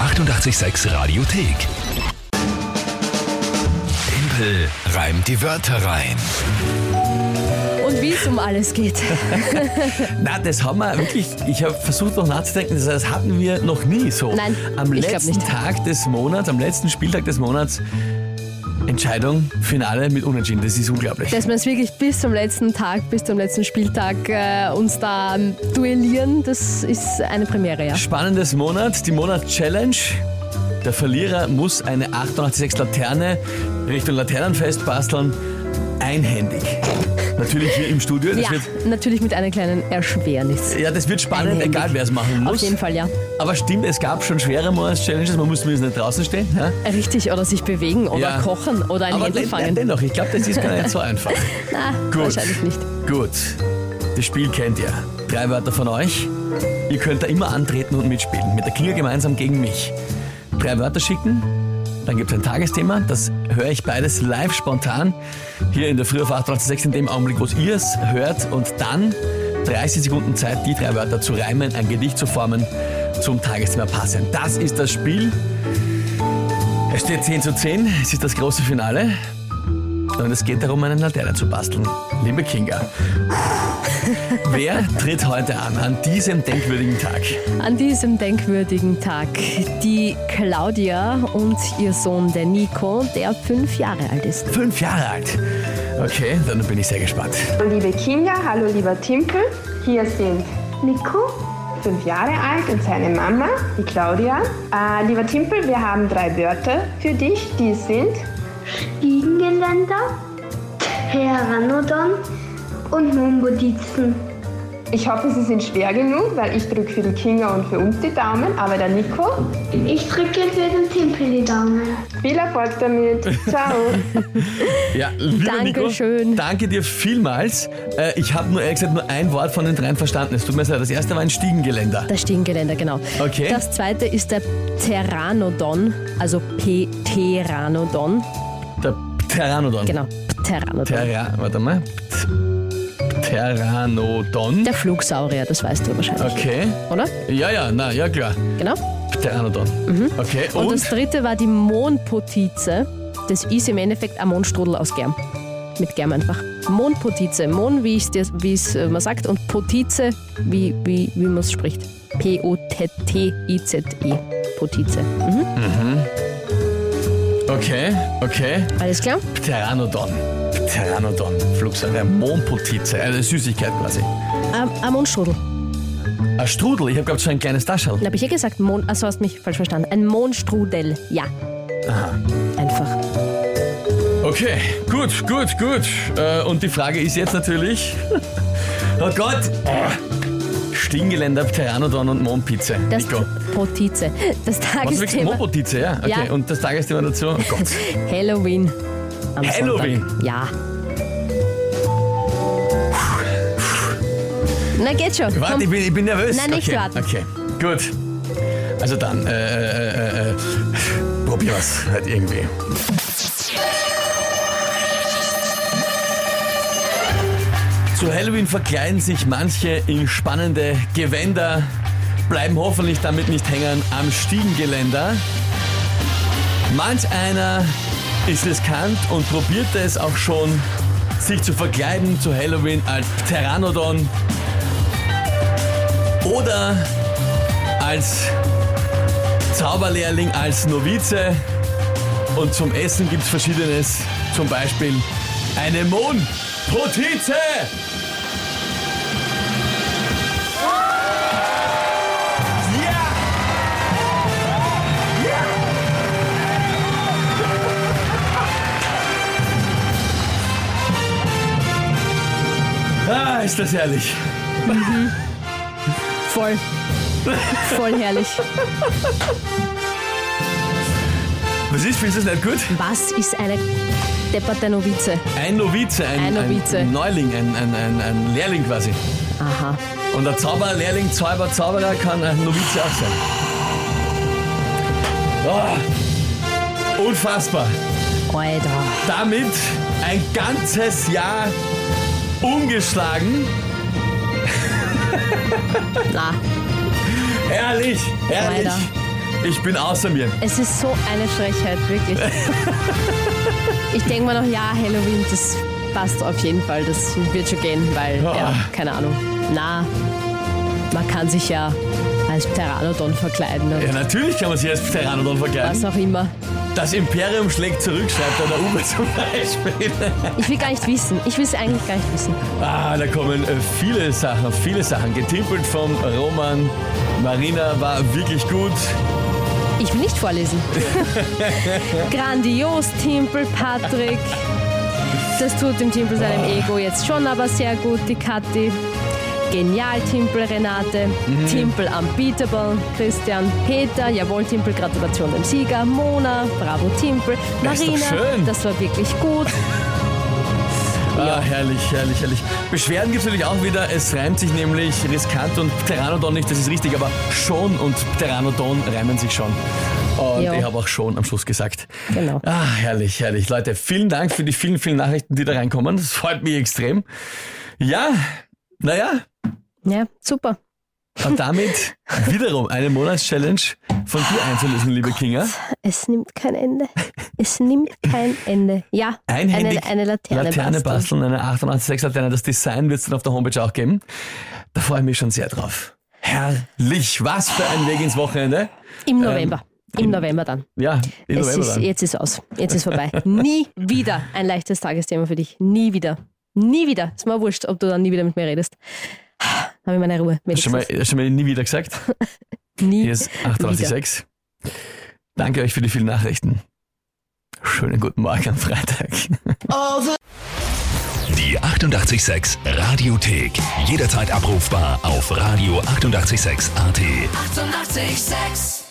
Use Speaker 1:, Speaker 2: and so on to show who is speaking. Speaker 1: 886 Radiothek. Tempel reimt die Wörter rein.
Speaker 2: Und wie es um alles geht.
Speaker 3: Na, das haben wir wirklich, ich habe versucht noch nachzudenken, das, das hatten wir noch nie so.
Speaker 2: Nein,
Speaker 3: am
Speaker 2: ich glaub
Speaker 3: letzten
Speaker 2: nicht.
Speaker 3: Tag des Monats, am letzten Spieltag des Monats, Entscheidung, Finale mit Unentschieden, das ist unglaublich.
Speaker 2: Dass wir es wirklich bis zum letzten Tag, bis zum letzten Spieltag äh, uns da ähm, duellieren, das ist eine Premiere, ja.
Speaker 3: Spannendes Monat, die Monat-Challenge. Der Verlierer muss eine 886 Laterne Richtung Laternenfest basteln, einhändig. Natürlich hier im Studio. Das
Speaker 2: Ja,
Speaker 3: wird,
Speaker 2: natürlich mit einer kleinen Erschwernis.
Speaker 3: ja, das wird spannend,
Speaker 2: Einhändig.
Speaker 3: egal wer es machen muss.
Speaker 2: Auf jeden Fall, ja.
Speaker 3: Aber stimmt, es gab schon schwere Monats-Challenges, man muss zumindest nicht draußen stehen. Ja?
Speaker 2: Richtig, oder sich bewegen oder
Speaker 3: Ja.
Speaker 2: kochen oder ein
Speaker 3: Aber
Speaker 2: Händel
Speaker 3: den,
Speaker 2: fangen.
Speaker 3: dennoch, ich glaube, das ist gar nicht so einfach.
Speaker 2: Na,
Speaker 3: Gut.
Speaker 2: wahrscheinlich nicht.
Speaker 3: Gut, das Spiel kennt ihr. Drei Wörter von euch. Ihr könnt da immer antreten und mitspielen. Mit der Kinga gemeinsam gegen mich. Drei Wörter schicken, dann gibt es ein Tagesthema. Das höre ich beides live spontan. Hier in der Früh auf 886 in dem Augenblick, wo ihr es hört. Und dann 30 Sekunden Zeit, die drei Wörter zu reimen, ein Gedicht zu formen, zum Tagesthema passend. Das ist das Spiel. Es steht 10 zu 10. Es ist das große Finale. Und es geht darum, eine Laterne zu basteln. Liebe Kinga, wer tritt heute an, an diesem denkwürdigen Tag?
Speaker 2: An diesem denkwürdigen Tag die Claudia und ihr Sohn, der Nico, der fünf Jahre alt ist.
Speaker 3: Fünf Jahre alt. Okay, dann bin ich sehr gespannt.
Speaker 4: Hallo liebe Kinder, hallo lieber Timpel. Hier sind Nico, fünf Jahre alt und seine Mama, die Claudia. Äh, lieber Timpel, wir haben drei Wörter für dich, die sind
Speaker 5: Fliegengeländer, Pteranodon und Mumbodizen.
Speaker 4: ich hoffe, sie sind schwer genug, weil ich drücke für die Kinder und für uns die Daumen, aber der Nico,
Speaker 5: Ich drücke für den Timpel die Daumen.
Speaker 4: viel Erfolg damit. Ciao.
Speaker 3: Ja, lieber
Speaker 2: Dankeschön.
Speaker 3: Nico, danke dir vielmals. Äh, ich habe nur ehrlich gesagt nur ein Wort von den dreien verstanden. Es tut mir sehr leid. Das erste war ein Stiegengeländer.
Speaker 2: Das Stiegengeländer, genau.
Speaker 3: Okay.
Speaker 2: Das zweite ist der Pteranodon, also Pteranodon.
Speaker 3: Der Pteranodon.
Speaker 2: Genau, Pteranodon.
Speaker 3: Ptera, warte mal. Pteranodon.
Speaker 2: der Flugsaurier, das weißt du wahrscheinlich.
Speaker 3: Okay.
Speaker 2: Oder?
Speaker 3: Ja, ja, na, ja klar.
Speaker 2: Genau.
Speaker 3: Pteranodon. Okay,
Speaker 2: Mhm. Und,
Speaker 3: und?
Speaker 2: das dritte war die Mondpotize. Das ist im Endeffekt ein Mondstrudel aus Germ. Mit Germ einfach. Mondpotize. Mon, wie es dir- wie es äh, man sagt, und Potize, wie, wie, wie man es spricht. P-O-T-T-I-Z-E. Potize. Mhm.
Speaker 3: okay, okay.
Speaker 2: Alles klar?
Speaker 3: Pteranodon. Pteranodon. Flugsaurier. Mohnpotize. Eine Süßigkeit quasi.
Speaker 2: Ein, ein Mondstrudel.
Speaker 3: Ein Strudel. Ich habe gehabt so ein kleines Taschel.
Speaker 2: Habe ich ja gesagt, Mond. Achso, hast mich falsch verstanden. Ein Mondstrudel. Ja. Aha. Einfach.
Speaker 3: Okay. Gut, gut, gut. Äh, und die Frage ist jetzt natürlich... oh Gott. Oh. Stingeländer, Pteranodon und Mohnpizza.
Speaker 2: Das
Speaker 3: Nico.
Speaker 2: Potize. Das
Speaker 3: Was wirklich?
Speaker 2: Tagesthema.
Speaker 3: Mohnpotize, ja. Okay.
Speaker 2: Ja.
Speaker 3: Und das Tagesthema dazu? Oh Gott.
Speaker 2: Halloween. Am
Speaker 3: Halloween?
Speaker 2: Sonntag. Ja. Na, geht schon. Komm.
Speaker 3: Warte, ich bin, ich bin nervös.
Speaker 2: Nein, nicht
Speaker 3: okay.
Speaker 2: warten.
Speaker 3: Okay, gut. Also dann, äh, äh, äh, äh, probieren wir's halt irgendwie. Zu Halloween verkleiden sich manche in spannende Gewänder, bleiben hoffentlich damit nicht hängen am Stiegengeländer. Manch einer ist riskant und probierte es auch schon, sich zu verkleiden zu Halloween als Pteranodon oder als Zauberlehrling, als Novize. Und zum Essen gibt's verschiedenes. Zum Beispiel eine Mohnpotize. Ja! Ah, ist das herrlich.
Speaker 2: Voll. Voll herrlich.
Speaker 3: Was ist, findest du das nicht gut?
Speaker 2: Was ist eine depperte Novize?
Speaker 3: Ein Novize, ein,
Speaker 2: Ein Novize.
Speaker 3: ein Neuling, ein, ein, ein, ein Lehrling quasi.
Speaker 2: Aha.
Speaker 3: Und ein Zauberer, Lehrling, Zauberer, Zauberer kann ein Novize auch sein. Oh, unfassbar.
Speaker 2: Alter.
Speaker 3: Damit ein ganzes Jahr ungeschlagen.
Speaker 2: Na,
Speaker 3: Herrlich, herrlich.
Speaker 2: Alter.
Speaker 3: Ich bin außer mir.
Speaker 2: Es ist so eine Frechheit, wirklich. ich denke mir noch, ja, Halloween, das passt auf jeden Fall, das wird schon gehen, weil,
Speaker 3: Ah.
Speaker 2: ja, keine Ahnung. Na, man kann sich ja als Pteranodon verkleiden und
Speaker 3: Ja, natürlich kann man sich als Pteranodon verkleiden.
Speaker 2: was auch immer.
Speaker 3: Das Imperium schlägt zurück, schreibt an der Uwe zum Beispiel.
Speaker 2: Ich will gar nicht wissen. Ich will es eigentlich gar nicht wissen.
Speaker 3: Ah, da kommen äh, viele Sachen, viele Sachen. Getimpelt vom Roman. Marina war wirklich gut.
Speaker 2: Ich will nicht vorlesen. Grandios, Timpel, Patrick. Das tut dem Timpel seinem Ego jetzt schon aber sehr gut, die Kathi. Genial, Timpel, Renate.
Speaker 3: Mhm.
Speaker 2: Timpel, unbeatable. Christian, Peter. Jawohl, Timpel, Gratulation dem Sieger. Mona, bravo, Timpel.
Speaker 3: Das ist
Speaker 2: Marina,
Speaker 3: doch schön.
Speaker 2: das war wirklich gut.
Speaker 3: Ah, herrlich, herrlich, herrlich. Beschwerden gibt es natürlich auch wieder. Es reimt sich nämlich riskant und Pteranodon nicht, das ist richtig, aber schon und Pteranodon reimen sich schon. Und
Speaker 2: Ja.
Speaker 3: ich habe auch schon am Schluss gesagt.
Speaker 2: Genau.
Speaker 3: Ah, herrlich, herrlich. Leute, vielen Dank für die vielen, vielen Nachrichten, die da reinkommen. Das freut mich extrem. Ja, naja,
Speaker 2: Ja, super.
Speaker 3: und damit wiederum eine Monatschallenge von dir einzulösen, liebe
Speaker 2: Oh
Speaker 3: Kinga.
Speaker 2: Es nimmt kein Ende. Es nimmt kein Ende. Ja,
Speaker 3: Einhändig
Speaker 2: eine, eine Laterne,
Speaker 3: Laterne
Speaker 2: basteln.
Speaker 3: basteln, eine 886 Laterne. Das Design wird es dann auf der Homepage auch geben. Da freue ich mich schon sehr drauf. Herrlich, was für ein Weg ins Wochenende.
Speaker 2: Im November. Im November dann.
Speaker 3: Ja, in
Speaker 2: Es
Speaker 3: November
Speaker 2: ist, eh-
Speaker 3: dann.
Speaker 2: jetzt ist aus. Jetzt ist vorbei. nie wieder ein leichtes Tagesthema für dich. Nie wieder. Nie wieder. Ist mir wurscht, ob du dann nie wieder mit mir redest. Habe ich meine Ruhe.
Speaker 3: Schon mal,
Speaker 2: wenigstens.
Speaker 3: schon mal nie wieder gesagt.
Speaker 2: Nie
Speaker 3: Hier ist 886. Danke euch für die vielen Nachrichten. Schönen guten Morgen am Freitag.
Speaker 1: Die 886 Radiothek. Jederzeit abrufbar auf radio886.at. 886! 886.
Speaker 6: 886